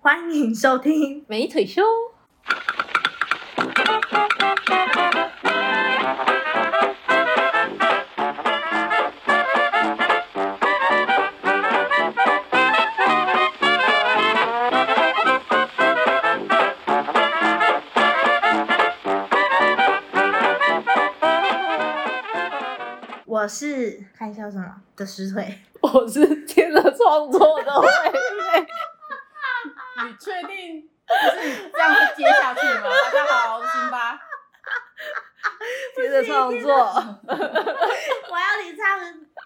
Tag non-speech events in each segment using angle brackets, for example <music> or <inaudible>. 欢迎收听美腿秀。我是看一下有什么的石腿，我是接着创作 <laughs> 的慧妹。你确定就是这样会接下去吗？大家好，我是辛巴。接着创作？ <laughs> 我要你唱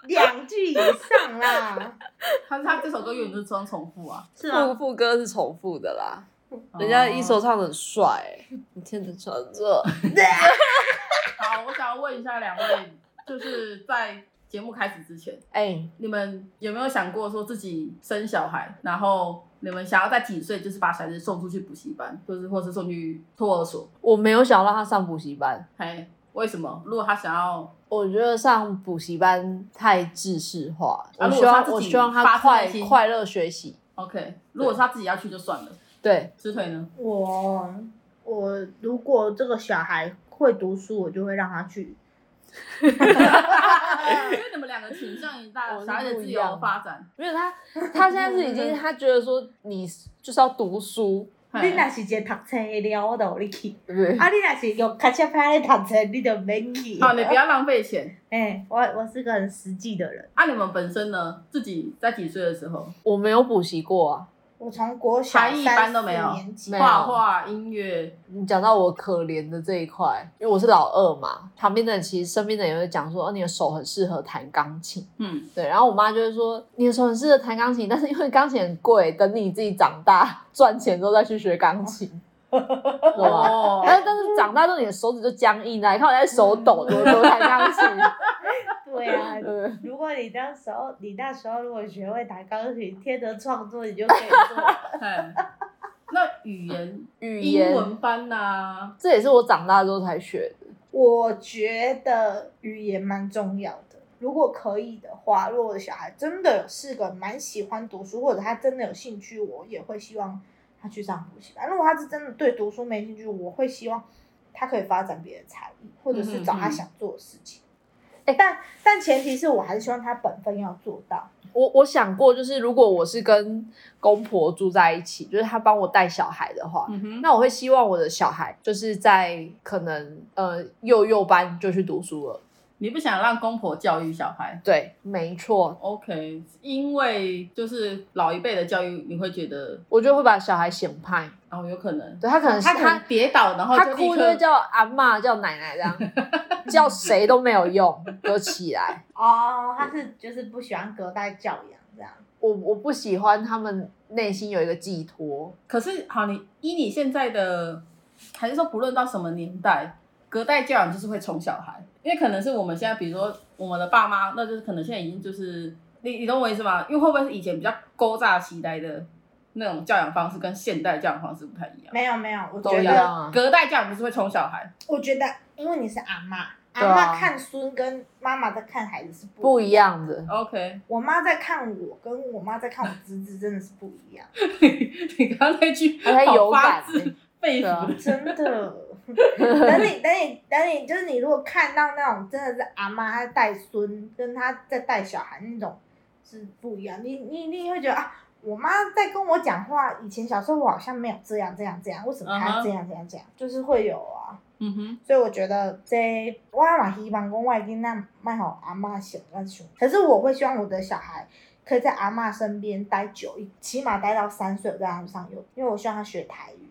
两句以上 <laughs> 啦，他是他这首歌原本就是装重复啊，是副吗？副歌是重复的啦， <laughs> 人家一哦首唱的很帅、你接着创作。好，我想要问一下两位，就是在节目开始之前， <laughs> 哎、你们有没有想过说自己生小孩，然后你们想要在几岁就是把小孩子送出去补习班，就是或是送去托儿所？我没有想让他上补习班，哎，为什么？如果他想要，我觉得上补习班太制式化。啊我如希果他望自己我希望他发自快内心快乐学习。 OK，如果是他自己要去就算了。对，直腿呢？ <laughs> <laughs> 我我如果这个小孩会读书，我就会让他去。因为你们两个倾向于大我是小孩子不自一由样发展。因为他他现在是已经他觉得说你就是要读书，嘿你若是一个读册的料，我都有你 <laughs> 去；对不对？啊，你若是用卡车牌来读册，你就免去。好，你不要浪费钱。哎、我我是个很实际的人，啊，你们本身呢，自己在几岁的时候，我没有补习过啊。我从国小才艺班都没有三四年级没有画画、音乐，你讲到我可怜的这一块，因为我是老二嘛，旁边的人其实身边的人也会讲说，哦，你的手很适合弹钢琴，嗯，对。然后我妈就会说，你的手很适合弹钢琴，但是因为钢琴很贵，等你自己长大赚钱之后再去学钢琴， <laughs> 懂吗？哦，但是但是长大之后你的手指就僵硬啊了，你看我在手抖，多多弹钢琴， <laughs> <laughs> 对啊，对。如果你那时候，你那时候如果学会弹钢琴，天德创作你就可以做。哎，那语言、呃语英言，文班呐、这也是我长大之后才学的。我觉得语言蛮重要的，如果可以的话，如果我的小孩真的是个蛮喜欢读书，或者他真的有兴趣，我也会希望他去上补习班。如果他是真的对读书没兴趣，我会希望他可以发展别的才艺，或者是找他想做的事情。嗯嗯嗯但但前提是我还是希望他本分要做到。我我想过，就是如果我是跟公婆住在一起，就是她帮我带小孩的话，嗯哼，那我会希望我的小孩就是在可能呃幼幼班就去读书了。你不想让公婆教育小孩对，没错， ？OK，因为就是老一辈的教育，你会觉得我就会把小孩显派，哦，有可能对他可能是他可能跌倒，然后他就立哭就会刻叫阿妈叫奶奶 <laughs> 这样，叫谁都没有用，就起来。哦，他是就是不喜欢隔代教养这样。我我不喜欢他们内心有一个寄托，可是好，你依你现在的，还是说不论到什么年代，隔代教养就是会宠小孩，因为可能是我们现在，比如说我们的爸妈，那就是可能现在已经就是你你懂我意思吗？因为会不会是以前比较勾诈期待的那种教养方式，跟现代教养方式不太一样？没有没有，我都觉一得样啊。隔代教养就是会宠小孩，我觉得，因为你是阿妈，阿对啊妈看孙跟妈妈在看孩子是不不一一样。样的， OK，我妈在看我，跟我妈在看我侄子真的是不一样，你刚刚那句 <laughs> 而且 <laughs> 好有发感、自欸。肺对啊腑的，真的。 <laughs> 等你等你等你，就是你如果看到那种真的是阿妈她在带孙，跟她在带小孩那种是不一样，你你你会觉得啊，我妈在跟我讲话，以前小时候我好像没有这样这样这样，为什么她要这样这样这样，就是会有啊。嗯哼，所以我觉得这我也嘛希望讲我的囡仔卖互阿嬷想那想，可是我会希望我的小孩可以在阿嬷身边待久一，起码待到三岁，我再让他们上幼，因为我希望他学台语。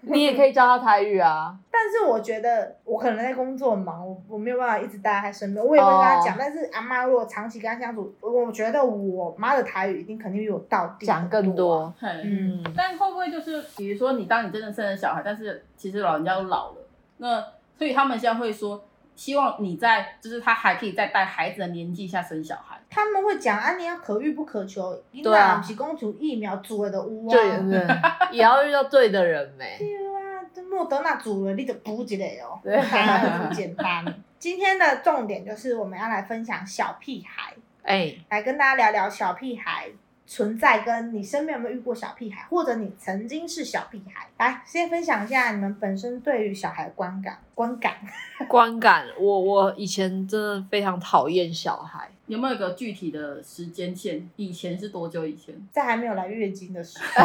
你也可以教他台语啊，但是我觉得我可能在工作忙，我我没有办法一直待在他身边，我也会跟他讲。哦但是阿嬷如果长期跟他相处，我觉得我妈的台语一定肯定比我到地讲更多啊。多。嘿嗯嗯，但会不会就是，比如说你当你真的生了小孩，但是其实老人家都老了，那所以他们现在会说，希望你在就是他还可以在带孩子的年纪下生小孩。他们会讲啊，你要可遇不可求，你对啊哪不是公主疫苗做的有啊？就也 <laughs> 是也要遇到对的人呗、欸啊这莫德纳煮了，你得补一个哦， <laughs> 对啊答案很简 <laughs> 单。今天的重点就是我们要来分享小屁孩，哎、来跟大家聊聊小屁孩存在，跟你身边有没有遇过小屁孩，或者你曾经是小屁孩。来，先分享一下你们本身对于小孩观 <laughs> 感观感。观感，我我以前真的非常讨厌小孩，有没有一个具体的时间线？以前是多久以前？在还没有来月经的时候，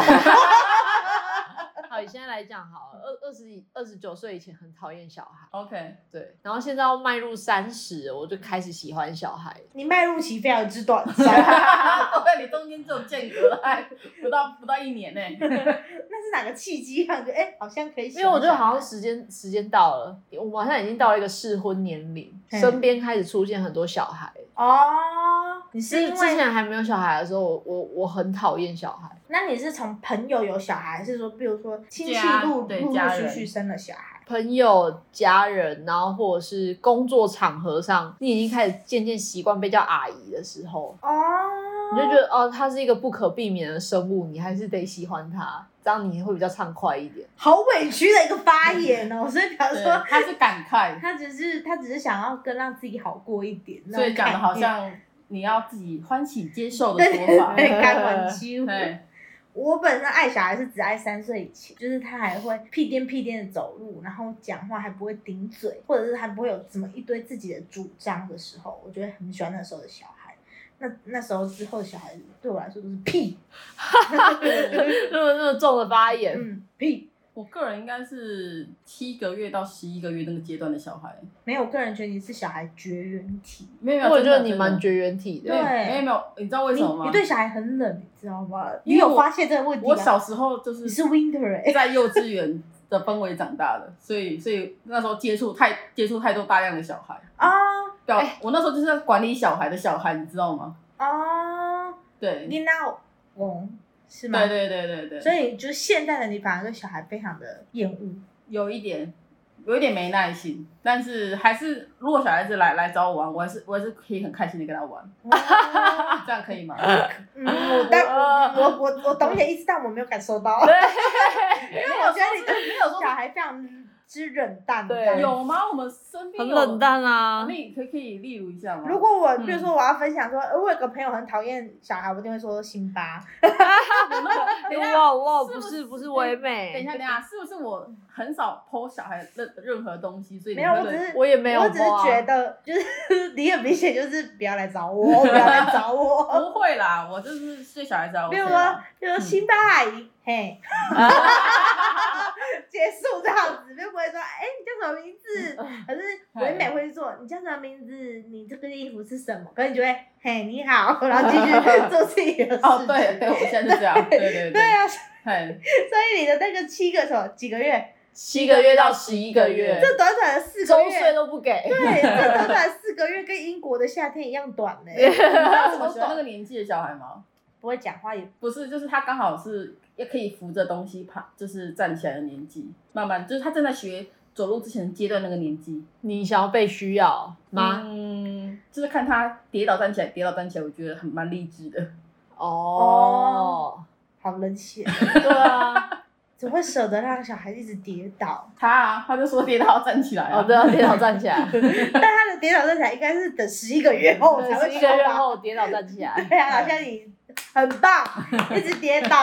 <laughs> <laughs> <laughs> 好，以现在来讲好了，二二十以二十九岁以前很讨厌小孩， OK，对，然后现在要迈入三十，我就开始喜欢小孩。你迈入期非常之短暂，对你中间这种间隔还不到不到一年呢、那是哪个契机让你觉得哎、好像可以喜因欢为小孩？我觉得好像时间时间到了，我们好像已经到了一个适婚年龄，嘿身边开始出现很多小孩。哦，你是之因之为前还没有小孩的时候，我我我很讨厌小孩，那你是从朋友有小孩，还是说比如说亲戚家陆对陆陆家续人续生了小孩？朋友、家人，然后或者是工作场合上，你已经开始渐渐习惯被叫阿姨的时候，哦，你就觉得哦，他是一个不可避免的生物，你还是得喜欢他，这样你会比较畅快一点。好委屈的一个发言哦，所以比方对说，他是 <laughs> 感慨，他只是他只是想要跟让自己好过一点，那种所以讲的好感像你要自己欢喜接受的觉对对说法。 <laughs> 对，开 <laughs> 玩笑。对，我本身爱小孩是只爱三岁以前，就是他还会屁颠屁颠的走路，然后讲话还不会顶嘴，或者是还不会有怎么一堆自己的主张的时候，我觉得很喜欢那时候的小孩。那那时候之后的小孩对我来说都是 <laughs> 屁， <laughs> 那么那么重的发言，嗯，屁。我个人应该是七个月到十一个月那个阶段的小孩，没有，我个人觉得你是小孩绝缘体。没有没有，我觉得真的你蛮真的绝缘体对，的。对没有没有，你知道为你什么吗？你对小孩很冷，你知道吗？你因为我有发现这个问题吗？我小时候就是你是 Winter 哎、在幼稚园的氛围长大的，所以所以那时候接触太接触太多大量的小孩，啊对啊，我那时候就是在管理小孩的小孩，你知道吗？啊，对，你那我是吗？对对对对对，所以就是现在的你反而对小孩非常的厌恶。有一点有一点没耐心，但是还是如果小孩子来来找我玩，我还是我还是可以很开心的跟他玩，啊这样可以 <laughs> 吗？嗯，我但我我我我懂你的意思，但我没有感受到，因为我觉得你对没有说小孩非常之冷淡。对这样有吗？我们身边很有冷。淡 <laughs> 啊，例可以可以例如一下吗？如果我嗯比如说我要分享说，呃我有个朋友很讨厌小孩，我一定会说辛巴。等一下哇哇，是不不是是不是唯美，等一下，等一下，是不是我很少剖小孩任任何东西，所以你没有，会我只是 <laughs> 我也没有我只是摸啊觉得就是 <laughs> 你很明显就是不要来找我，不要来找我。不会啦，我就是对小孩子啊，比如 OK 说啦，比如说辛巴阿姨，嘿， <laughs> 结束这样子，就不会说，哎、你叫什么名字？可是唯美会做，你叫什么名字？你这个衣服是什么？可是你就会，嘿，你好，然后继续做自己的事情。哦，对对，我现在是这样，对对对啊，所嘿，以你的那个七个什么几个月，七个月到十一个月，这短短的四个周岁月，都不给。对，这短短的四个月跟英国的夏天一样短呢、 <laughs> 你知道怎么喜欢那个年纪的小孩吗？不会讲话也不是，就是他刚好是也可以扶着东西爬，就是站起来的年纪，慢慢就是他正在学走路之前的阶段那个年纪你想要被需要吗？嗯，就是看他跌倒站起来，跌倒站起来，我觉得很蛮励志的。哦，好冷血，对啊，怎么会舍得让小孩一直跌倒？他啊，他就说跌倒站起来、啊，哦对啊，跌倒站起来，但他的跌倒站起来应该是等十一个月后哦才会 <laughs> 十一个月说吧后跌倒站起来。对啊，好像你很棒，一直跌 <laughs> 倒。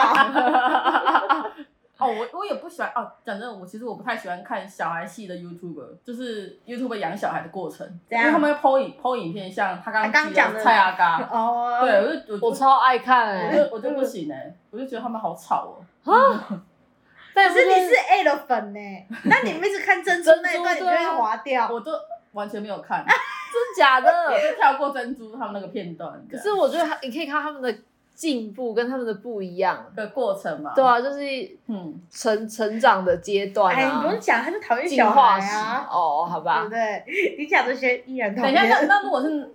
<laughs> 哦，我我也不喜欢哦。讲真的，我其实我不太喜欢看小孩系的 YouTuber，就是 YouTuber 养小孩的过程，怎因样为他们会 PO 影 PO 影片，像他刚刚提讲的蔡阿 <laughs> 嘎，哦，对，我就我我就超爱看我 <laughs> 哎、就我就不行哎、我就觉得他们好吵哦、 <laughs> 但可是你是是 A 的粉呢、那你们一直看珍珠那一段，你珍珠就对啊会划掉。我都完全没有看， <laughs> 真假的我？就跳过珍珠他们那个片段，可是我觉得他你可以看到他们的进步跟他们的不一样。的过程嘛，对，啊，就是嗯，成成长的阶段哎，你不啊用，讲，他就讨厌进小化孩史啊，哦，好对吧不，对？你讲这些依然讨等一下，那厌。那如果是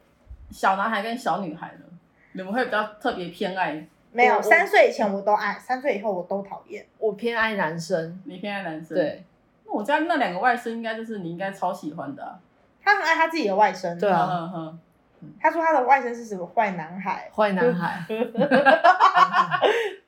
小男孩跟小女孩呢？你们会比较特别偏爱没有，我三岁以前我都爱，三岁以后我都讨厌。我偏爱男生，你偏爱男生？，对那我家那两个外甥应该就是你应该超喜欢的、啊，他很爱他自己的外甥，对啊，嗯哼，他说他的外甥是什么坏男孩坏 <laughs> 男孩，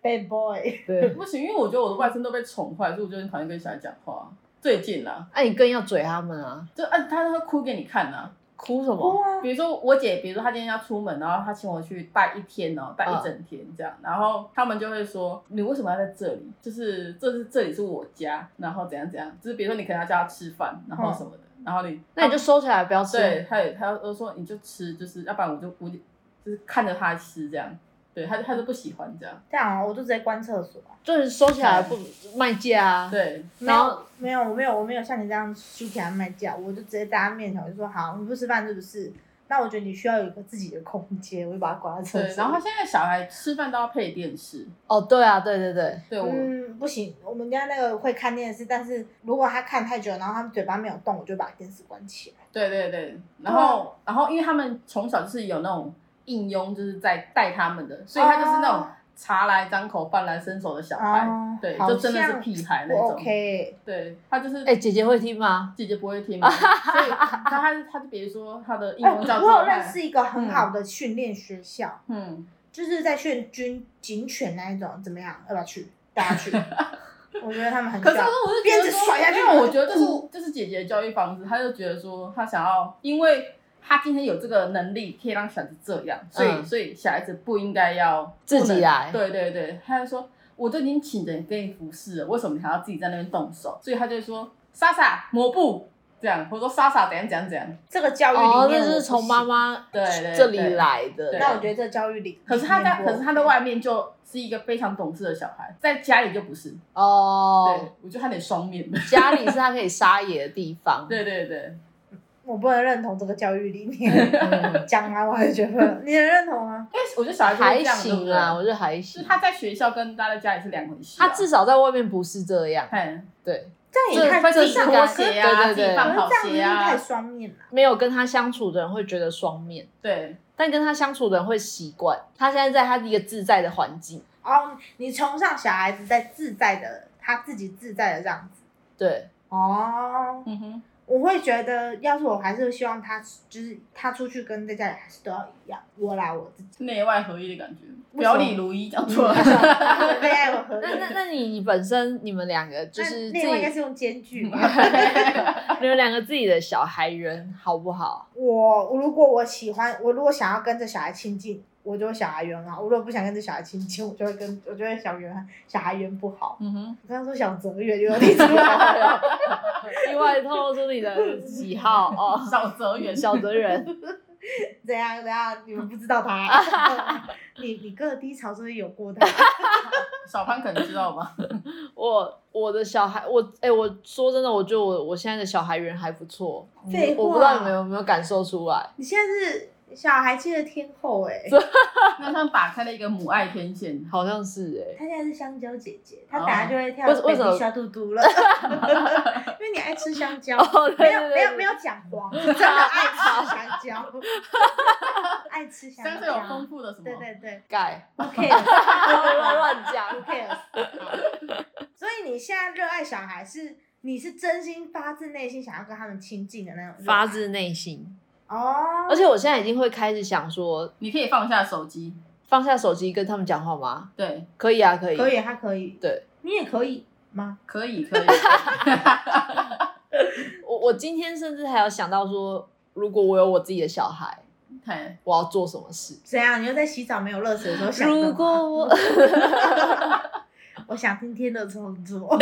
，bad boy。对，不行，因为我觉得我的外甥都被宠坏，所以我就很讨厌跟小孩讲话。最近啦、那、你更要嘴他们啊！就啊，他他会哭给你看呐、哭什哭么？啊，比如说我姐，比如说她今天要出门，然后她请我去带一天哦，带嗯一整天这样，然后他们就会说你为什么要在这里？就是这是这里是我家，然后怎样怎样，就是比如说你可能要叫她吃饭，然后什么的，然后你嗯那你就收起来，不要吃。对，她也她都说你就吃，就是要不然我就估计就是看着她吃这样，对，她她就不喜欢这样，这样啊，我就直接关厕所啊。就是收起来不卖价啊。对，没有然后没有，我没有，我没有像你这样去给他卖价，我就直接在他面前我就说好，你不吃饭是不是？那我觉得你需要有一个自己的空间，我就把他关在厕对，所。然后现在小孩吃饭都要配电视，哦，对啊，对对对，对我。嗯，不行，我们家那个会看电视，但是如果他看太久，然后他嘴巴没有动，我就把电视关起来。对对对，然后、然后因为他们从小就是有那种应用，就是在带他们的，所以他就是那种茶来张口、饭来伸手的小孩，哦对，好就真的是像屁孩那不种。 OK，对他就是，哎，姐姐会听吗？姐姐不 <laughs> 会听嘛，所以他他他就比如说他的应哎、用叫我做有那，认识一个很好的训练学校，嗯，就是在训军警犬那一种，怎么样？要不要去？大家 <laughs> 去？我觉得他们很可是需要我是觉鞭得子说甩下去因为我觉得这是这是姐姐的教育方式，她就觉得说她想要，因为她今天有这个能力可以让小孩子这样，所以、嗯所以小孩子不应该要自己不能来对对对，她就说我都已经请人给你服侍了，为什么你还要自己在那边动手？所以她就说莎莎抹布这样，我说莎莎怎样怎样怎样。这个教育哦理，念我那不行，是从妈妈对对对这里来的。对那我觉得这个教育理，可是她在，理可念不是她在 OK 外面就是一个非常懂事的小孩，在家里就不是。对哦，，我觉得她得双面 <laughs> 的。家里是她可以撒野的地方。对对对，我不能认同这个教育理 <laughs> 念。嗯，讲完我也觉得，你能认同吗？因为我觉得小孩子会还这样，对不行对啊，我觉得还就是行。他在学校跟他在家里是两回事、啊。她至少在外面不是这样，嘿对，这样也太这自己这是上应我该可是鞋啊对对自己这放对，样子鞋是啊太双面了。没有跟她相处的人会觉得双面，对，但跟她相处的人会习惯。她现在在她一个自在的环境，哦，你崇尚小孩子在自在的，他自己自在的这样子。对，哦，嗯哼，我会觉得，要是我还是希望他，就是他出去跟在家里还是都要一样。我啦，我自己 <laughs> 内外合一的感觉，为什么嗯表里如一，讲出来。 <laughs> 被爱我合那那理。那你你本身你们两个就是自己，另外应该是用间距 <laughs> <laughs> 吧。你们两个自己的小孩人好 <laughs> 不好？ <laughs> 我我如果我喜欢，我如果想要跟着小孩亲近，我就小孩缘啊好；我如果不想跟着小孩亲近，我就会跟我就会小缘小孩缘不好。嗯哼，我刚刚说小泽缘有点出 <laughs> 来了，意外透露出你的喜好哦，少泽远，小哲人，怎样怎样？你们不知道 <laughs> 他，你你个低潮是不是有过他？小潘可能知道吧？我我的小孩，我哎、我说真的，我觉得我我现在的小孩人还不错，废话我不知道你们有没有感受出来，你现在是小孩界的天后哎、 <laughs> 那他打开了一个母爱天线，好像是哎、她现在是香蕉姐姐，她等下就会跳哦为什为什么 baby 小肚 <laughs> 肚了，因为你爱吃香蕉。哦，对没有对对没有没有讲 <laughs> 黄，是真的爱吃香蕉，爱吃香相对有丰蕉。富的什么？对对对 <laughs> 盖，不 cares，乱乱讲不 cares。所以你现在热爱小孩是你是真心发自内心想要跟他们亲近的那种热爱，发自内心，哦而，且我现在已经会开始想说，你可以放下手机，放下手机跟他们讲话吗？对，可以啊，可以，可以，他可以，对。你也可以吗？可以可以。我我今天甚至还有想到说，如果我有我自己的小孩，嘿，我要做什么事？怎样？你又在洗澡没有热水的时候想的吗如果我 <laughs> 我想听天的创 <laughs> 作。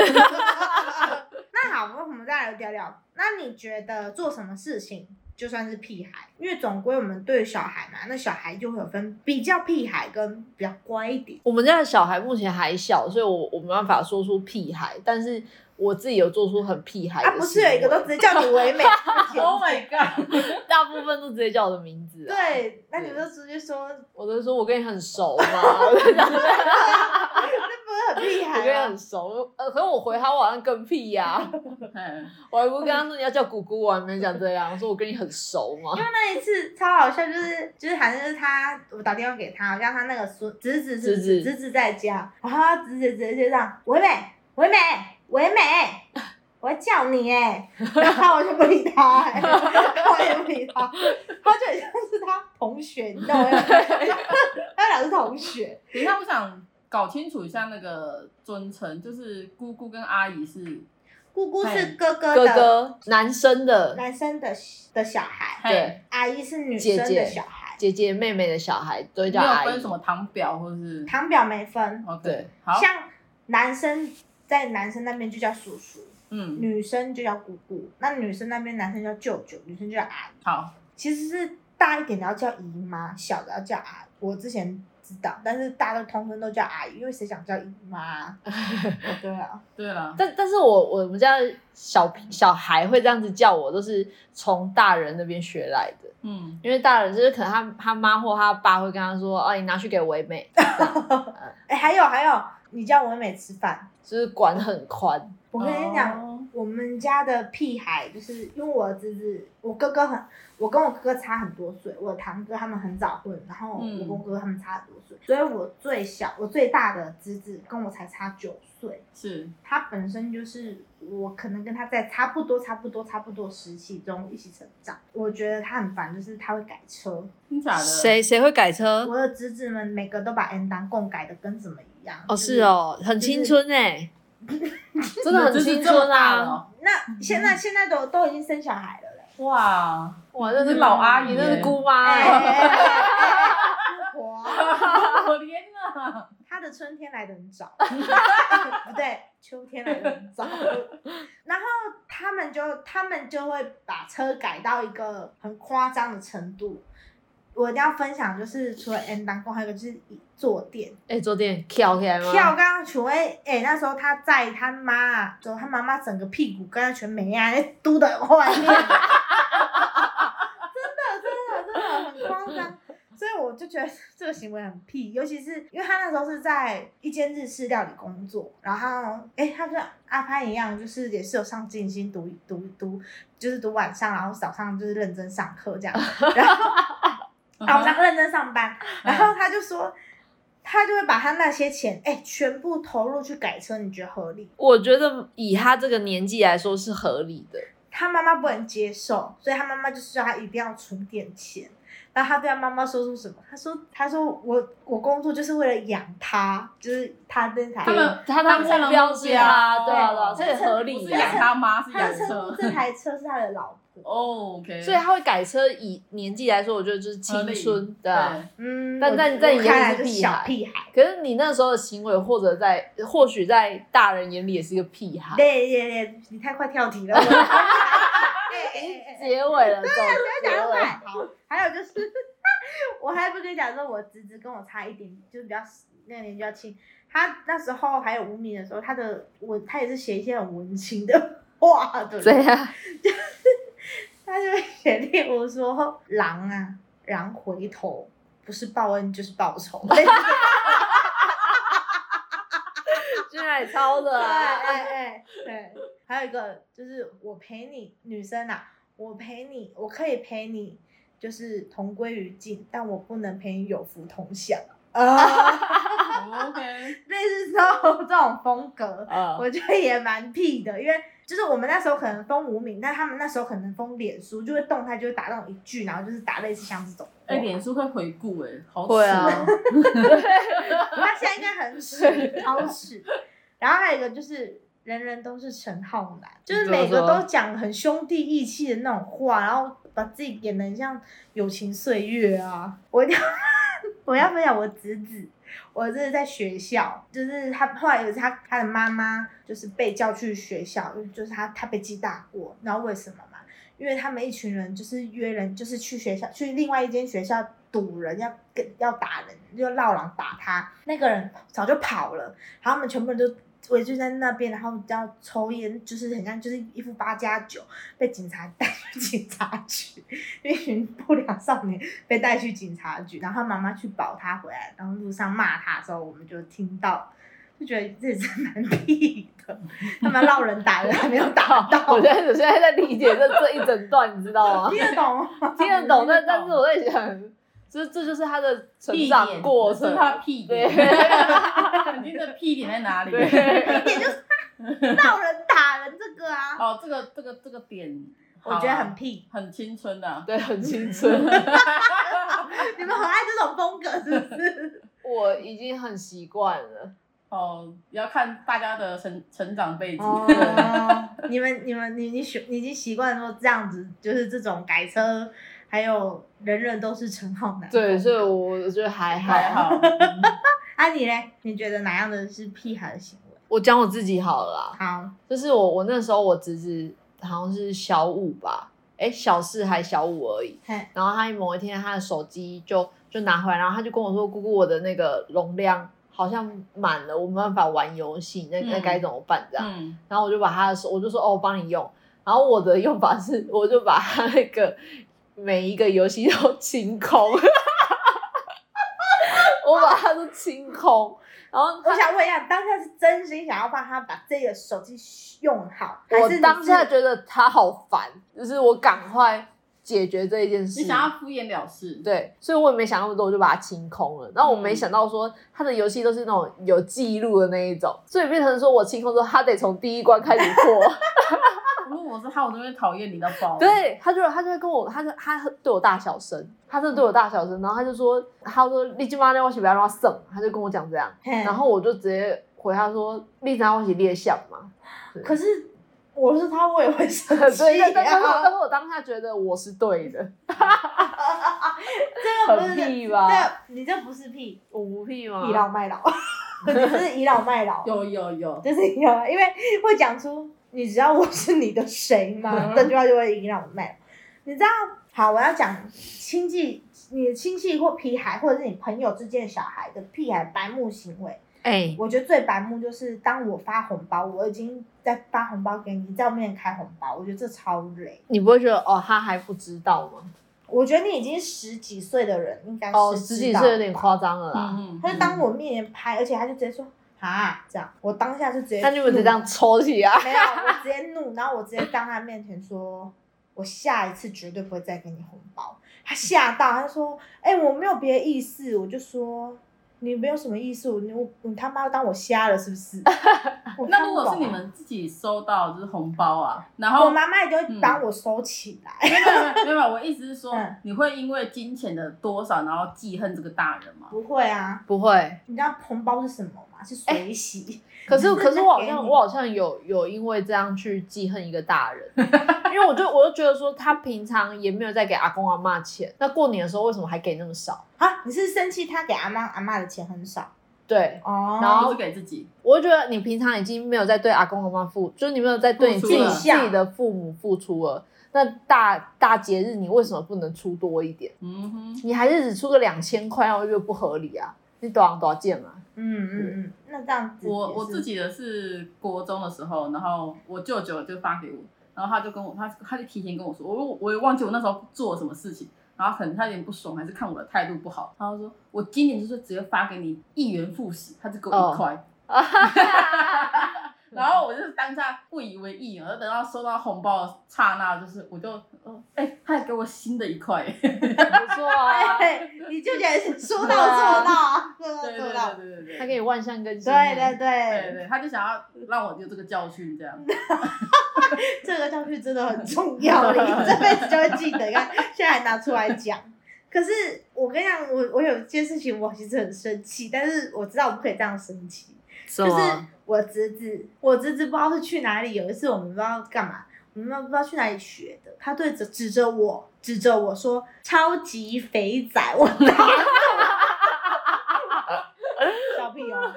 那好，那我们再来聊聊。那你觉得做什么事情就算是屁孩？因为总归我们对小孩嘛，那小孩就会有分比较屁孩跟比较乖一点。我们家的小孩目前还小，所以我我没办法说出屁孩，但是我自己有做出很屁孩的啊，不是有一个都直接直叫你唯美 <laughs> Oh my god！ <laughs> 大部分都直接叫我的名字、啊。，对，那你们就直接 <laughs> 说，我都说我跟你很熟 <laughs> 嘛，我跟你那不是很屁孩很吗？熟，呃，可是我回他我好像更屁呀、 <laughs> 嘿，我还不跟他说你要叫姑姑，我还没讲这样，我说我跟你很熟嘛。那一次超好笑，就是就是反正就是他，我打电话给他，让他那个孙侄子侄侄子子侄子在家，然后他侄子直接就这样，唯美唯美唯美，我要叫你哎，然后我就不理他、欸，我也不理他，他就很像是他同学，你知道吗？他俩是同学，等一下，我想搞清楚一下那个尊称，就是姑姑跟阿姨是姑姑是嘿哥哥哥的哥男生的男生的的小孩，对嘿，阿姨是女生姐的姐小孩，姐姐妹妹的小孩都会没叫有阿分姨什。么堂表或是堂表没分， OK 对好，像男生在男生那边就叫叔叔，嗯，女生就叫姑姑，那女生那边男生叫舅舅，女生就叫阿姨，好，其实是大一点的要叫姨妈，小的要叫阿姨。我之前知道，但是大家都通通都叫阿姨，因为谁想叫姨妈啊？对啊，对了，但但是我我们家小小孩会这样子叫我，都是从大人那边学来的。嗯，因为大人就是可能他他妈或他爸会跟他说：“哦、你拿去给唯美。哎、还有还有，你叫文美吃饭，” <laughs> 就是管很宽。我跟你讲。哦我们家的屁孩，就是因为我侄子，我哥哥很，我跟我哥哥差很多岁，我堂哥他们很早婚，然后我嗯跟我哥哥他们差很多岁，所以我最小，我最大的侄子跟我才差九岁，是，他本身就是我可能跟他在差不多、差不多、差不多时期中一起成长，我觉得他很烦，就是他会改车，真假的？？谁会改车我的侄子们每个都把 N 档共改的跟什么一样，就是，哦，很青春哎、真的很青春啊！啊！那现在现在都都已经生小孩了嘞。哇，哇，那你是老阿姨你那是耶 <laughs> 姑妈、哎欸。哎哎姑婆，可怜 <laughs> 啊！她的春天来的很早，不对，秋天来的很早。然后他们就他们就会把车改到一个很夸张的程度。我一定要分享，就是除了 N 当工，还有一个就是坐垫。哎、昨天跳起来吗？跳刚刚全位，哎、那时候他在他妈，就他妈妈整个屁股跟他全没啊，嘟的很坏面，真的真的真的很夸张。所以我就觉得这个行为很屁，尤其是因为他那时候是在一间日式料理工作，然后哎、他跟阿潘一样，就是也是有上进心读读读，就是读晚上，然后早上就是认真上课这样，然后嗯啊，我想认真上班，然后他就说，他就会把他那些钱，哎、全部投入去改车，你觉得合理？我觉得以他这个年纪来说是合理的。他妈妈不能接受，所以他妈妈就是叫他一定要存点钱。然后他对他妈妈说出什么？他说：“他说我我工作就是为了养他，就是他跟他他们他他的们为了目标是他，对啊，目标对啊，对这个合理 <laughs> 不是这呀、个养他妈，是他养是称呼车。这台车是他的老婆。哦，OK。所以他会改车，以年纪来说，我觉得就是青合春，对啊。嗯，但我但在你我看眼来里就是是屁小孩屁孩。可是你那时候的行为，或者在或许在大人眼里也是一个屁孩。对对对，你太快跳题了。我哎哎 <laughs> 哎哎结尾了，对，不要结讲尾快。好，还有就是， <laughs> 我还不跟你讲说，我侄子跟我差一点，就是比较那个年纪比较轻。他那时候还有无名的时候，他的文他也是写一些很文青的话的怎人，样？他就会写例如说狼啊，狼回头，不是报恩就是报仇。现在超的啊，哎哎哎，对，还有一个就是我陪你，女生啊，我陪你，我可以陪你，就是同归于尽，但我不能陪你有福同享啊，哦，OK。类似这种这种风格，嗯，我觉得也蛮屁的，因为。就是我们那时候可能封无名，但他们那时候可能封脸书，就会动态就会打那种一句，然后就是打类似像这种。哎，脸书会回顾哎，好会啊耻哦。他现在应该很屎，超屎。然后还有一个就是，人人都是陈浩南，就是每个都讲很兄弟义气的那种话，然后把自己演的很像友情岁月啊。我一定要 <laughs> 我要分享我侄子，我这是在学校，就是他后来有一次他他的妈妈就是被叫去学校，就是他他被记大过，然后为什么嘛？因为他们一群人就是约人，就是去学校去另外一间学校堵人，要跟要打人，就绕狼打他。那个人早就跑了，然后他们全部人都围就在那边，然后要抽烟，就是很像就是一副八加九，被警察带去警察局，一群不良少年被带去警察局，然后他妈妈去保他回来，然后路上骂他的时候，我们就听到。就觉得这也是蛮屁的，他们闹人打人还没有打到， <laughs> 我现在我现在在理解这这一整段，你知道 <laughs> 吗听？得懂吗？听得懂，但听得懂但是我在想，就是这就是他的成屁长点，过这程是。他屁点对。 <laughs> 你的屁点在哪里？对 <laughs> 一点就是闹人打人这个啊，哦，这个这个这个点，我觉得好啊很屁。很青春的啊。对， <laughs> 很 <laughs> 青春。你们很爱这种风格是不是？我已经很习惯了，哦，也要看大家的成成长背景。哦， <laughs> 你们你们你你习你已经习惯说这样子，就是这种改车，还有人人都是陈浩南。对，所以我我觉得还好。还好，嗯啊，你嘞？你觉得哪样的是屁孩的行为？我讲我自己好了啊啦，好，就是我我那时候我侄子好像是小五吧，哎、小四还小五而已。嘿，然后他某一天他的手机就就拿回来，然后他就跟我说：“姑姑，我的那个容量好像满了，我没办法玩游戏，那那嗯该怎么办？”这样，嗯，然后我就把他的手，我就说：“哦，我帮你用。”然后我的用法是，我就把他那个每一个游戏都清空， <laughs> 我把它都清空，然后他我想问一下，当下是真心想要帮他把这个手机用好，还我是你当下是觉得他好烦，就是我赶快解决这一件事。你想要敷衍了事，，对，所以我也没想那么多，我就把它清空了。然后我没嗯想到说他的游戏都是那种有记录的那一种，所以变成说我清空之后，他得从第一关开始过。 <laughs> 如果我是他，我真的会讨厌你到爆。，对，他就他就会跟我，他就他对我大小声，他就对我大小声，然后他就说，他说你今晚让我洗不要让我省，他就跟我讲这样，嘿然后我就直接回他说，你让我洗列相嘛。可是我是他，我也会生气、 <laughs> 对，但但是我但啊。是我当下觉得我是对的， <laughs> 这 <laughs> 个不很是，屁啊吧？这你这不是屁，我不屁吗？倚老卖老， <laughs> 你这是倚老卖老，有有有，就是倚老，因为会讲出你知道我是你的谁吗？ <laughs> 嗯这句话就会倚老卖老。你知道，好，我要讲亲戚，你的亲戚或屁孩，或者是你朋友之间的小孩的屁孩白目行为。哎、我觉得最白目就是当我发红包，我已经在发红包给你，在我面前开红包，我觉得这超累。你不会觉得哦，他还不知道吗？我觉得你已经十几岁的人，应该是哦，知十几道岁有点吧夸张了啦。嗯他就当我面前拍，而且他就直接说啊这样，我当下就直接那你们就怒这样抽起啊？ <laughs> 没有，我直接怒，然后我直接当他面前说，我下一次绝对不会再给你红包。他吓到，他说：“哎、我没有别的意思。”我就说：“你没有什么意思，我你我你他妈当我瞎了是不是？”我 <laughs> 嗯那看如不果是懂你啊们自己收到就是红包啊，然后嗯我妈妈也就会帮我收起来。 <laughs> 没有没有没有没有，我意思是说嗯，你会因为金钱的多少然后记恨这个大人吗？不会啊，不会。你知道红包是什么吗？是哎水洗， <laughs> 可是，那可是我好给像你我好像有有因为这样去记恨一个大人， <laughs> 因为我就我就觉得说他平常也没有在给阿公阿妈钱，那过年的时候为什么还给那么少？啊！你是生气他给阿妈阿妈的钱很少对，哦，然后不是给自己，我就觉得你平常已经没有在对阿公阿妈付，就是你没有在对你付自出己了自己的父母付出了。那大大节日你为什么不能出多一点？嗯哼，你还是只出个两千块，那我就觉得不合理啊！你多少多少件 <laughs> 啊？嗯嗯嗯，那这样子我也我是自 <laughs> 己的是国中的时候，然后我舅舅就发给我，然后他就跟我他他就提前跟我说，我我也忘记我那时候做什么事情，然后可能他有点不爽，还是看我的态度不好，然后说我今年就是直接发给你一元复始，他就给我一块。 <laughs> 然后我就是当下不以为意，然后等到收到红包的刹那，就是我就，哦哎、他还给我新的一块， <laughs> 不错啊，对，你舅舅也是说到做到啊，说到对做对到。对对他对给你万象更新。对对对对，对，他就想要让我有这个教训，这样。这个教训真的很重要，你这辈子就会记得。你看，现在还拿出来讲。可是我跟你讲，我我有一件事情，我其实很生气，但是我知道我不可以这样生气。什就是么？我侄子，我侄子不知道是去哪里，有一次我们不知道干嘛，我们不知道去哪里学的，他对着指着我，指着我说“超级肥仔”，我打怒。小屁哦，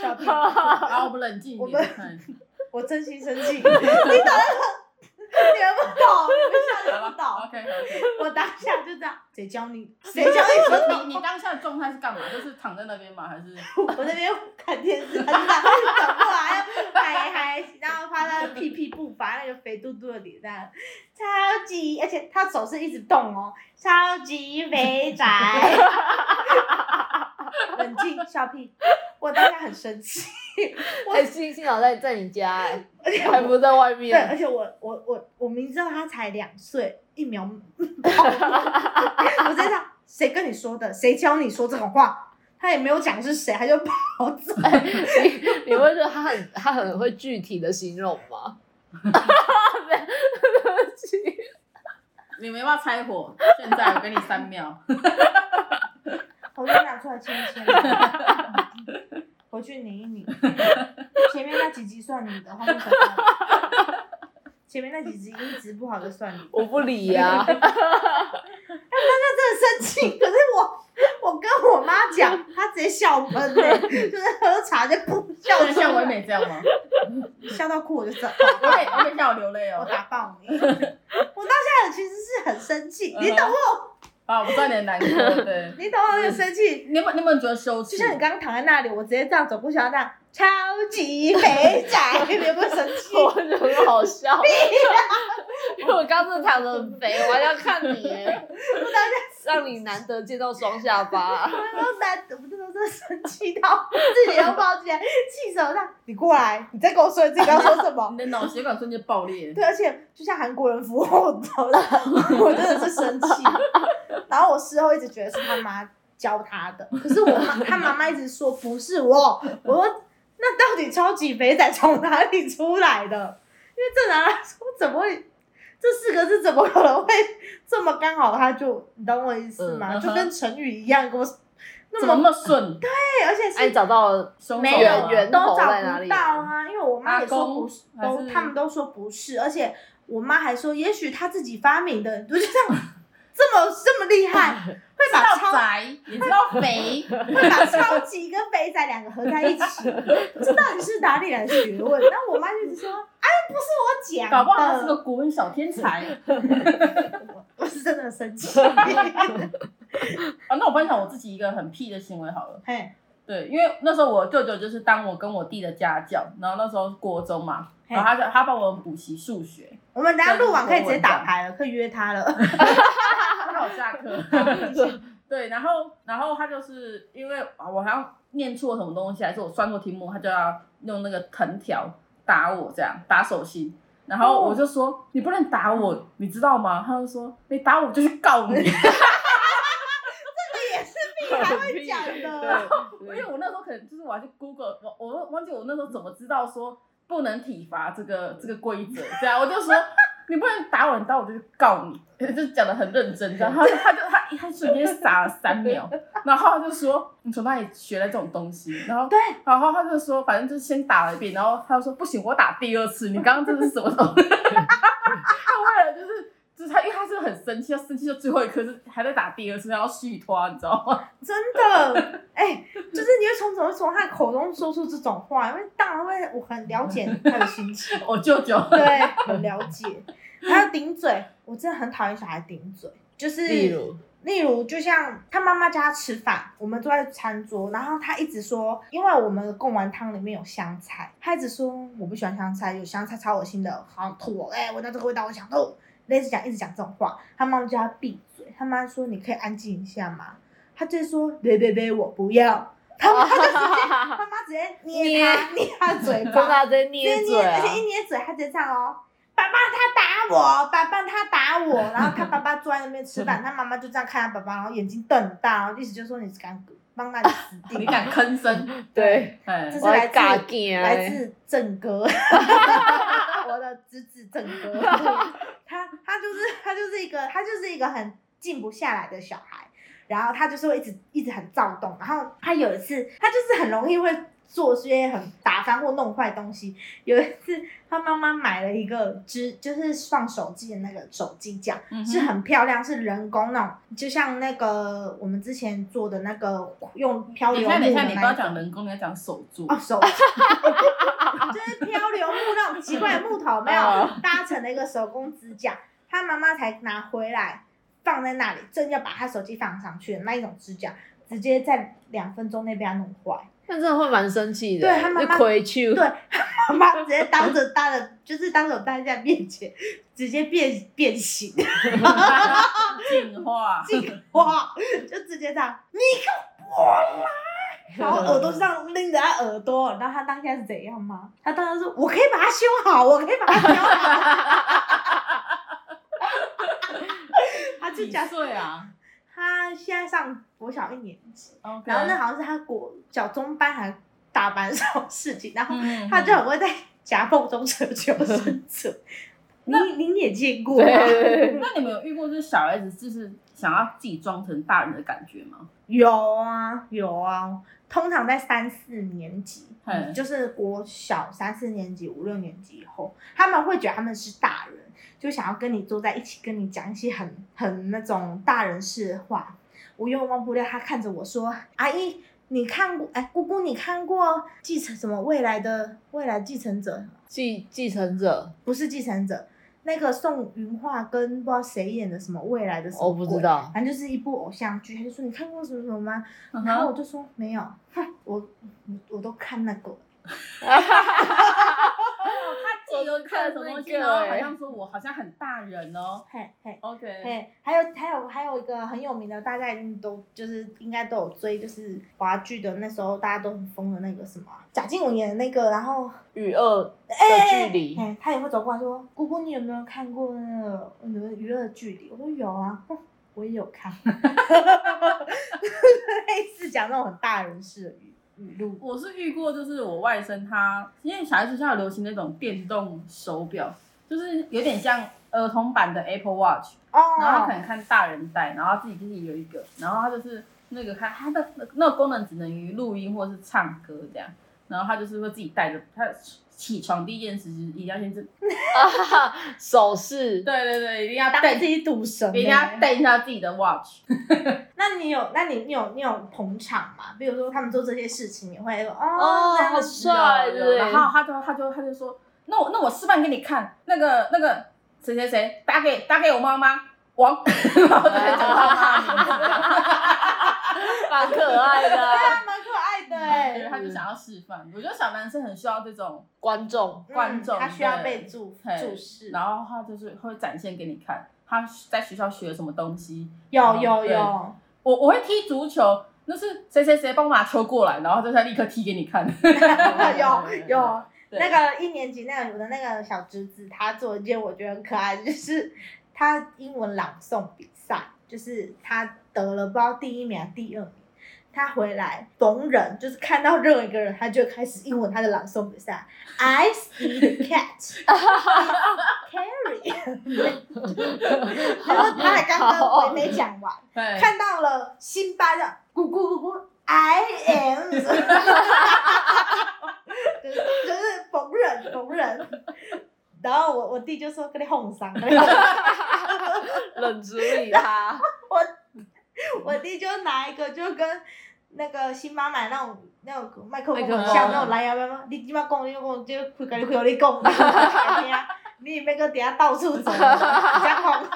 小屁！哦然后我们冷静一我们点，嗯看我真心生气，你懂得很，你们不懂，你们笑得不好懂。 ，OK OK。我当下就这样，谁教你？谁教你说所以你你当下的状态是干嘛？就是躺在那边吗？还是 <laughs> 我那边看电视，他就这样转过来，还还，然后他那个屁屁步伐，那个肥嘟嘟的脸，这样超级，而且他手是一直动哦，超级肥宅。冷静，笑屁！我当下很生气，还幸幸好在在你家、欸，而且还我不在外对，而面。且我我我我明知道他才两岁，一秒 <laughs> 爆我在想，谁跟你说的？谁教你说这种话？他也没有讲是谁，他就跑走。 <laughs> 你会觉得他很他很会具体的形容吗？对不起你们要不要拆火？现在我给你三秒。我就拿出来签一签。回去拧一拧，前面那几集算你的，后面才算我前面那几集音质不好就算你的。我不理啊呀、真的生气，可是我我跟我妈讲，她直接笑喷嘞、就是喝茶就不笑像出像唯来，美这样吗？笑到哭我就知道，唯美唯美像我流泪我哦。打爆你！我当下其实是很生气，你懂我，啊，我知道你的难过，对。你懂我那个生气，你有没有你有没有觉得羞耻？就像你刚刚躺在那里，我直接这样走过去，那样超级肥仔，你有没有生气？我觉得很好笑。 <laughs> 因为我刚真的躺得很肥，我还要看你耶，让你难得见到双下巴。我都难，我真的是生气到 <laughs> 自己都抱起来，气手上，你过来，你再跟我说你自己刚说什么你？的脑血管瞬间爆裂。对，而且就像韩国人扶我走了，我真的是生气。然后我事后一直觉得是他妈教他的，可是我妈他妈妈一直说不是我，我说那到底超级肥仔从哪里出来的？因为正常来说怎么会？这四个字怎么可能会这么刚好？他就你懂我意思吗？嗯嗯哼就跟成语一样，跟我那怎么那么么 <laughs> 顺？对，而且是哎，你找到 <laughs> 了凶没手啊有吗源都找头在哪不里到啊，因为我妈也阿说公不是，还都是他们都说不是，而且我妈还说，也许她自己发明的，我就这样这么这么厉害， <laughs> 会知把道 <laughs> 超宅，也知道肥，会把超级跟肥仔两个合在一 <laughs> 起，这到底是哪里来的学问？然后我妈就一直说，哎，不是我讲的，搞不好他是个国文小天才嗯我 <laughs> 我是真的很生气， <laughs> 嘿啊。那我分享我自己一个很屁的行为好了。对，因为那时候我舅舅就是当我跟我弟的家教，然后那时候国中嘛，嘿然后他就他帮我们补习数学，我们等下录完可以直接打牌了，可以约他了， <laughs> 他让我下课。对，然后然后他就是因为啊我好像念错什么东西，还是我算错题目，他就要用那个藤条打我，这样打手心。然后我就说、你不能打我，你知道吗？他就说你打我就去告你。这也是你还会讲的。因对为我那时候可能就是我还去 Google，我我忘记我那时候怎么知道说不能体罚这个这个规则，这样我就说你不能打我，你打我就去告你， <laughs> 就讲的很认真，然后他他就他他瞬间傻了三秒，然后他就说你从哪里学来这种东西，然后对，然后他就说反正就是先打了一遍，然后他就说不行，我打第二次，你刚刚这是什么东西？ <laughs> 他为了就是。就是他，因为他是很生气，他生气到最后一刻是还在打第二次，然后续拖，你知道吗？真 <laughs> 的，哎、就是你会从怎么从他口中说出这种话，因为当然会，我很了解他的心情，我舅舅，对，很了解。还有顶嘴，我真的很讨厌小孩顶嘴，就是例 <laughs> 如，例如，就像他妈妈叫他吃饭，我们坐在餐桌，然后他一直说，因为我们的贡丸汤里面有香菜，他一直说我不喜欢香菜，有香菜超恶心的，好想吐哦，哎、闻到这个味道我想吐，类似讲一直讲这种话，他妈妈叫他闭嘴，他妈说你可以安静一下吗？他就说别别别，我不要，他妈就直接，他妈直接捏他捏他 <laughs> 嘴真巴，的在直接捏捏，嘴而啊！且一捏嘴他直接这样哦。爸爸他打我，爸爸他打我，然后他爸爸坐在那边吃饭，他妈妈就这样看他爸爸，然后眼睛瞪很大，然后意思就是说你是敢帮那里死 <laughs> 你定，啊敢吭声，对，哎这，是我还来自尬见来欸，自正 <laughs> 哥，我的侄子正哥，他他就是他就是一个他就是一个很静不下来的小孩，然后他就是会一直一直很躁动，然后他有一次他就是很容易会做些很打翻或弄坏东西。有一次他妈妈买了一个支就是放手机的那个手机架，嗯哼是很漂亮，是人工那种，就像那个我们之前做的那个用漂等一流木下，的等一下，那你一不要种。讲人工，你要讲手作。哦，手，就是漂流木那种奇怪的木头，没有嗯搭成了一个手工支架。他妈妈才拿回来放在那里，正要把他手机放上去的那一种支架，直接在两分钟内被他弄坏。那真的会蛮生气的，对他妈妈就回去，对， <laughs> 他妈妈直接当着他的，就是当着大家面前直接变变形，进化，进化，就直接这样，你给我来。然后耳朵上拎着他耳朵，然后他当下是怎样吗？他当时说：“我可以把它修好，我可以把它修好。” <laughs> 他就几讲岁啊他现在上国小一年级， ？OK，然后那好像是他国小中班还大班上事情，然后嗯 <laughs> 他就很会在夹缝中寻求生存。您您也见过对吗？对对，那你们有遇过就是小孩子就是想要自己装成大人的感觉吗？有啊，有啊，通常在三四年级嘿，就是国小三四年级、五六年级以后，他们会觉得他们是大人，就想要跟你坐在一起，跟你讲一些很很那种大人式的话。我永远忘不掉他看着我说：“阿姨，你看过？哎，姑姑，你看过继承什么未来的未来继承者？继继承者，不是继承者，那个宋云画跟不知道谁演的什么未来的什么我不知鬼，道。反正就是一部偶像剧。他就说：你看过什么什么吗？嗯然后我哼，就说没有， <laughs> 哼，我我我都看那个，他自己都看了什么东西，然后好像说我好像很大人哦。嘿嘿 OK，嘿，还有还有还有一个很有名的，大家一定都就是应该都有追，就是华剧的那时候大家都很疯的那个什么啊贾静雯演的那个，然后与恶哎的距离，哎，他也会走过来说：“姑姑，你有没有看过那个娱乐娱乐距离？”我说：“有啊， <laughs> 哼我也有看。” <laughs> 类似讲那种很大人式的语语录，我是遇过，就是我外甥他，因为小孩子现在有流行那种电动手表，就是有点像儿童版的 Apple Watch，哦，然后他可能看大人戴，然后自己自己有一个，然后他就是那个看他的那个功能只能于录音或是唱歌这样，然后他就是会自己带着，他起床第一件事就是一定要先是，啊，手势，对对对，一定要当带自己赌神、欸一定要带一下自己的 watch，那你有，那你你有你有捧场吗？比如说他们做这些事情，你会说哦，哦这样好子帅有有对然后他就他就他就说，那我那我示范给你看，那个那个谁谁谁打给打给我妈妈王， <laughs> 然后就在讲他妈的名字这啊 <laughs> 蛮样，可爱的对啊、啊，蛮可爱的对，哎。他就想要示范，我觉得小男生很需要这种。观众嗯观众他需要被对注嘿注视，然后他就是会展现给你看他在学校学了什么东西。有 <laughs> 有对有，我我会踢足球，那是谁谁谁帮我拿球过来，然后就在立刻踢给你 <laughs> 看。<laughs> 有有对那个一年级那个我的那个小侄子，他做一件我觉得很可爱的， <laughs> 就是他英文朗诵比赛，就是他得了不知道第一名还是第二名。他回来逢人就是看到任何一个人，他就开始英文他的朗诵比赛。I see the cat, <laughs> carry。然后他还刚刚还没讲完，对看到了辛巴的咕咕咕咕，I 哎 am，就是 <laughs> 就是逢人逢人。然后我我弟就说跟你哄伤，跟你哄 <laughs> 伤冷处理他，我弟就拿一个就跟那个辛巴买那种那种麦克风麦克很风像那种蓝牙麦克风，你即马讲你讲就开开开你讲，你讲听，你别个底下到处走，你讲哄，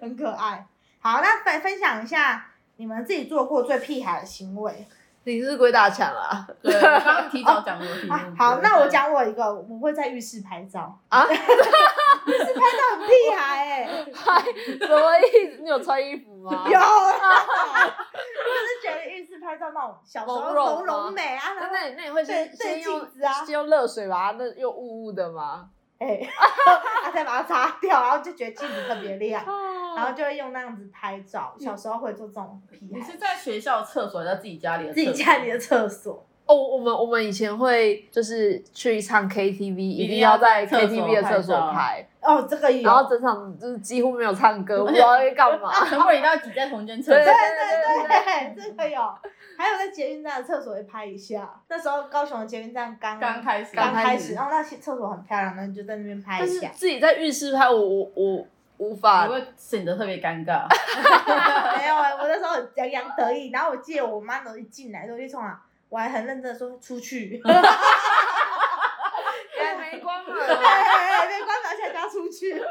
很可爱。好，那分分享一下你们自己做过最屁孩的行为。 <laughs> 你是鬼打墙 <laughs> 啊？对，我刚刚提早讲过题目啊， <laughs> 好，那我。嗯对讲我一个，我会在浴室拍照啊 <laughs> 浴室拍照很屁孩哎、嗨，什么意思？你有穿衣服吗？有，啊， <laughs> 我是觉得浴室拍照那种小时候朦胧吗朦胧美啊，那然后那你那你会先对对先用镜子啊先用热水把它那又雾雾的吗？哎， <laughs> 啊再把它擦掉，然后就觉得镜子特别亮，哦然后就会用那样子拍照。小时候会做这种屁你孩，是在学校厕所，还是在自己家里的厕自所？己家里的厕所，哦，我们我们以前会就是去唱 KTV，一定定要要在在厕所 KTV 的厕所拍照拍，哦，这个然后有，整场就是几乎没有唱歌，我不知道在干嘛。全部人一定要挤在同一间厕 <laughs> 对所对。对对，对，这个有，还有在捷运站的厕所会拍一下。那时候高雄的捷运站刚刚开始，刚开开始，始然后那些厕所很漂亮，那你就在那边拍但一是下。 <laughs> 自己在浴室拍，我我我无法你会显得特别尴尬。没有哎、我那时候很洋洋得意，然后我记得我妈都一进来都去冲啊，我还很认真的说出去， <laughs> 哎哎，没 <laughs> 光了。哎哎被关门下叫出去。 <laughs>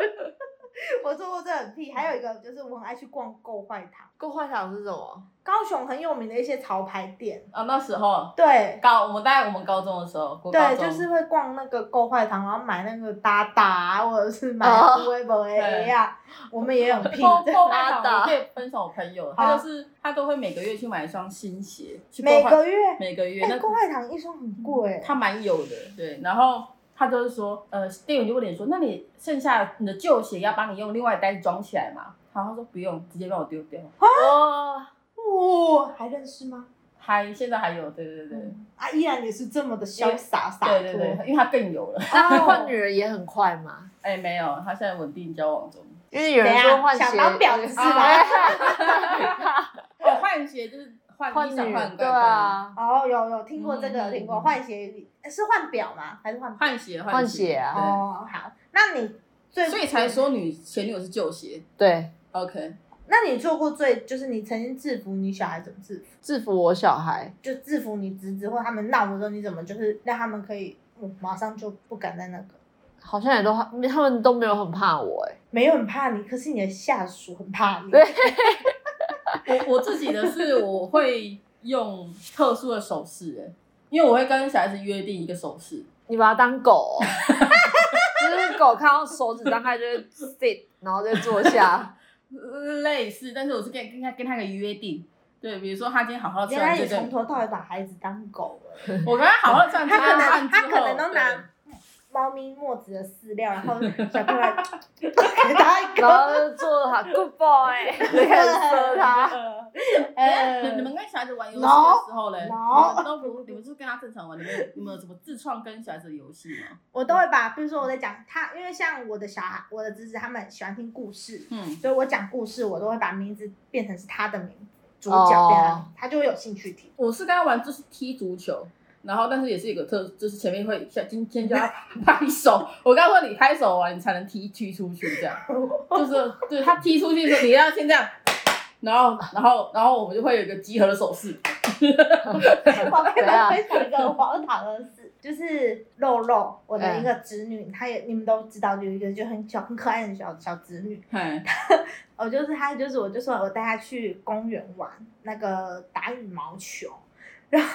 我做过这很屁，还有一个就是我很爱去逛购坏堂，购坏堂是什么？高雄很有名的一些潮牌店，啊，那时候对高，我们大概我们高中的时候，国高对，中就是会逛那个购坏堂，然后买那个搭搭啊，或者是买哦微博呀，我们 <laughs> 也很屁，后后拉半场倒我可以分享我朋友，他就是他都会每个月去买一双新鞋，去每购个买月，每个月哎，购那嗯坏堂一双很贵、他蛮有的，对，然后。他就是说，呃，店员就问你说，那你剩下你的旧鞋要帮你用另外一袋装起来吗？然后他说不用，直接帮我丢掉。哦，哦，还认识吗？还现在还有，对对对，啊，依然也是这么的潇洒洒脱。嗯对对 <laughs> 对，因为他更有了。那哦啊换女人也很快嘛，哎，没有，他现在稳定交往中。因为有人怎说样换鞋想当 <laughs> 婊子是吧？哦，换鞋就是换换衣女裳人换对对，啊，哦，有有听过这个，嗯有听过换鞋是换表吗？还是换换鞋换鞋鞋啊哦，好，那你最对，所以才说女前女友是旧鞋。对， OK，那你做过最就是你曾经制服你小孩怎么制服？制服我小孩，就制服你侄子或他们闹的时候，你怎么就是让他们可以，嗯马上就不敢在那个？好像也都他们都没有很怕我哎、没有很怕你，可是你的下属很怕你。 <laughs> 对我我自己的是我会用特殊的手势，哎，因为我会跟小孩子约定一个手势，你把它当狗、哦，就是狗看到手指张开就会 sit，然后就坐下，类似，但是我是跟跟他跟他一个约定。对，比如说他今天好好吃原来完你这从个，头到尾把孩子当狗了，我跟他好好吃完 <laughs> 这他个可饭能之他后，可能都拿猫咪墨子的饲料，然后小朋友给他一然个。后就坐好 good boy，就开始说他。 <laughs> 哎，呃你们跟小孩子玩游戏的 No 时候嘞，你 No 们都不，你们就是跟他正常玩，你们有你们有什么自创跟小孩子的游戏吗？我都会把，比如说我在讲他，因为像我的小孩、我的侄子他们喜欢听故事，嗯，所以我讲故事我都会把名字变成是他的名字，主哦角变成他的名字他就会有兴趣听。我是跟他玩就是踢足球，然后但是也是一个特，就是前面会像今天就要拍手，我刚说你拍手完你才能踢踢出去这样，就是对他踢出去的时候你要先这样，然后然后然后我们就会有一个集合的手势，我跟你们分怎样享一个荒唐的事，就是肉肉，我的一个侄女，她也你们都知道，有一个就很小很可爱的小小侄女，哎，哦，就是她就是我就说我带她去公园玩那个打羽毛球，然后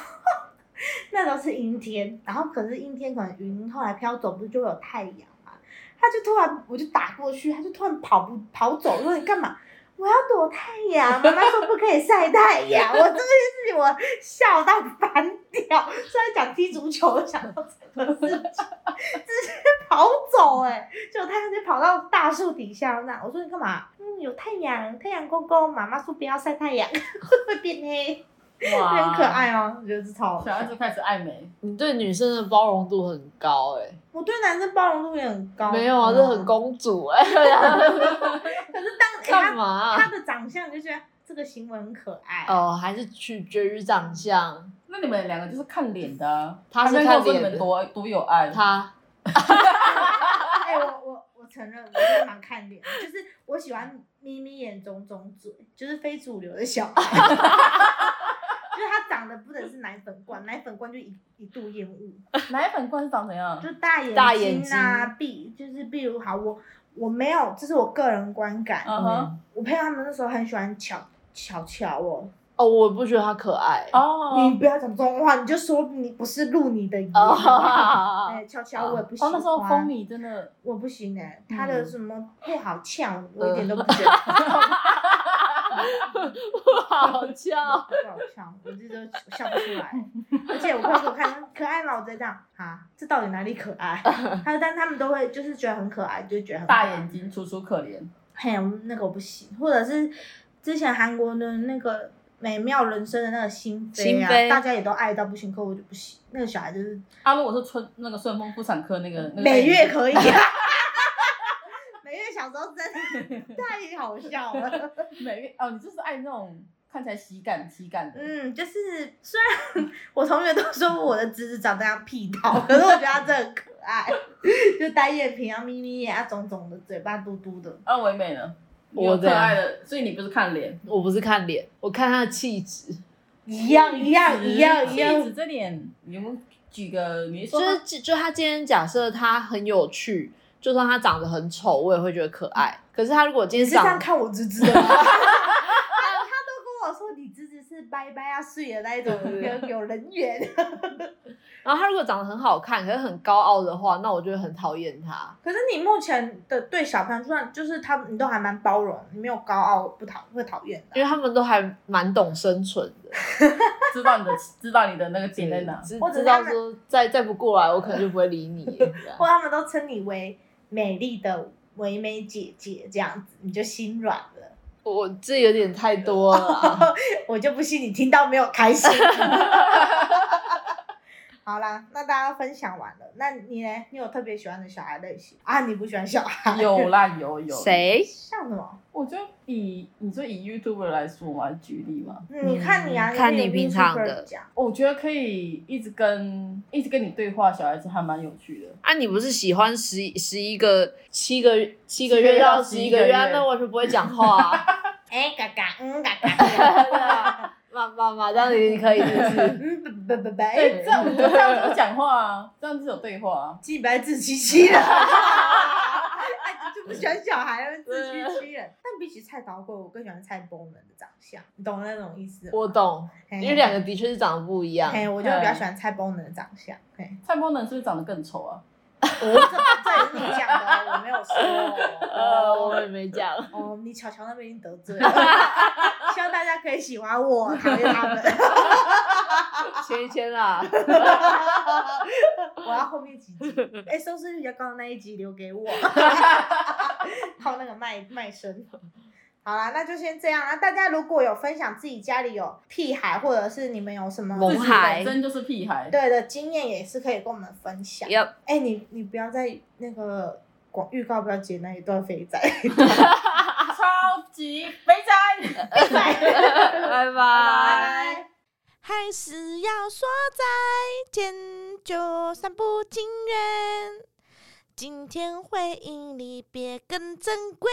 那时候是阴天，然后可是阴天可能云后来飘走，不是就会有太阳嘛，她就突然我就打过去，她就突然跑不跑走，我说你干嘛？我要躲太阳，妈妈说不可以晒太阳。我这件事情我笑到翻掉。虽然讲踢足球，我想到这个事情，直接跑走哎、结果他直接跑到大树底下那。我说你干嘛？嗯，有太阳，太阳公公，妈妈说不要晒太阳，会变黑，哇很可，爱哦、我觉得这超好小啊孩笑。子开始爱美，你对女生的包容度很高哎、我对男生包容度也很高。没有啊，嗯这很。公主哎、可是当、欸、 <laughs> 干他嘛啊、他的长相你就觉得这个行为很可爱。哦，还是取决于长相。那你们两个就是看脸的啊，他是还没看跟我说你脸们的多多有爱，他哎、我我我承认，我真的蛮看脸的，就是我喜欢眯眯眼、肿肿嘴，就是非主流的小孩。 <laughs> 就是他长得不能是奶粉罐，奶粉罐就一一度厌恶，奶粉罐是长怎样？就大眼大眼睛啊，闭就是比如好，我我没有，这是我个人观感。嗯哼，嗯我朋友他们那时候很喜欢巧巧巧哦，哦，我不觉得他可爱。哦，你不要讲这种话，你就说你不是录你的音。 <laughs> <laughs> 哦哎，巧巧我也不喜哦欢。，那时候风靡真的，我不行哎、他的嗯什么配好呛，我一点都不觉得。 <laughs> 好笑。不好笑，我这都笑不出来。而且我朋友看可爱吗？我在这样啊，这到底哪里可 <laughs> 爱？还有，但他们都会就是觉得很可爱，就觉得很可爱大眼。睛楚楚可怜，嘿，我那个我不行，或者是之前韩国的那个美妙人生的那个心扉心啊，扉大家也都爱到不行，可我就不行。那个小孩就是啊，如果是春那个顺丰妇产科那个，每那个代 <laughs> 月言可以、啊。每月小时候真 <laughs> 的太好笑了。每月哦，你就是爱那种看起来喜感喜感的，嗯，就是虽然我同学都说我的侄子长得像屁桃，可是我觉得他真的很可爱，就单眼皮啊、眯眯眼啊、肿肿的，嘴巴嘟嘟的。啊，唯美呢，我你有可怎样爱的，所以你不是看脸，我不是看脸，我看他的气质，一样一 <laughs> 样一样一气样质，这点，你有没有举个，你是就说是就就他今天假设他很有趣，就算他长得很丑，我也会觉得可爱。可是他如果今你天是这样长，看我侄子 <laughs> 的吗？他都跟我说你侄子是拜拜啊、睡的那一种，有有人缘。然后他如果长得很好看，可是很高傲的话，那我就会很讨厌他。 <laughs> 可是你目前的对小朋友，虽然就是他，你都还蛮包容，你没有高傲不讨会讨厌的。因为他们都还蛮懂生存的，知道你的知道你的那个点在哪？知或者知道他们说再再不过来，我可能就不会理你。这样 <laughs> 或他们都称你为美丽的唯美姐姐这样子，你就心软了。 <laughs> 我这有点太多了啊。我就不信你听到没有开心。 <laughs> 好啦，那大家分享完了，那你呢？你有特别喜欢的小孩类型啊？你不喜欢小孩？有啦有有。？谁？像什么？我觉得以你说以 YouTuber 来说嘛，举例嘛，嗯你看你啊，看你你有平常 YouTuber 的讲，我觉得可以一直跟一直跟你对话，小孩子还蛮有趣的。啊，你不是喜欢十十一个七个七个个月月到到十十一一个个月月啊，那完全不会讲话 <laughs> 啊。哎，嘎嘎，嗯，嘎对嘎，啊妈妈妈，这样你可以就是 <laughs> 嗯，不不不不，对，这样嗯我觉得这样就讲话啊，这样就有对话啊。既白自欺欺人。哎就不喜欢小孩，自欺欺人。但比起蔡桃贵，我更喜欢蔡崩人的长相，你懂那种意思吗？我懂，嘿因为两个的确是长得不一样。嘿，我就比较喜欢蔡崩人的长相。嘿，蔡波能是不是长得更丑啊？我这这也是你讲的哦，我没有说呃，哦。我也没讲。 <laughs> 哦，你巧巧那边已经得罪了，希望大家可以喜欢我，讨厌他们。签一签 <laughs> 啦，我要后面几集，哎、收视率比较高的那一集留给我，靠那个卖卖身。好啦，那就先这样啦。啊大家如果有分享自己家里有屁孩，或者是你们有什么萌自己孩本身就是屁孩。对的经验，也是可以跟我们分享。要哎、你你不要在那个广预告不要剪那一段肥 <laughs> 仔，超级肥仔。拜拜。拜。还是要说再见，就算不情愿。今天回忆里别更珍贵。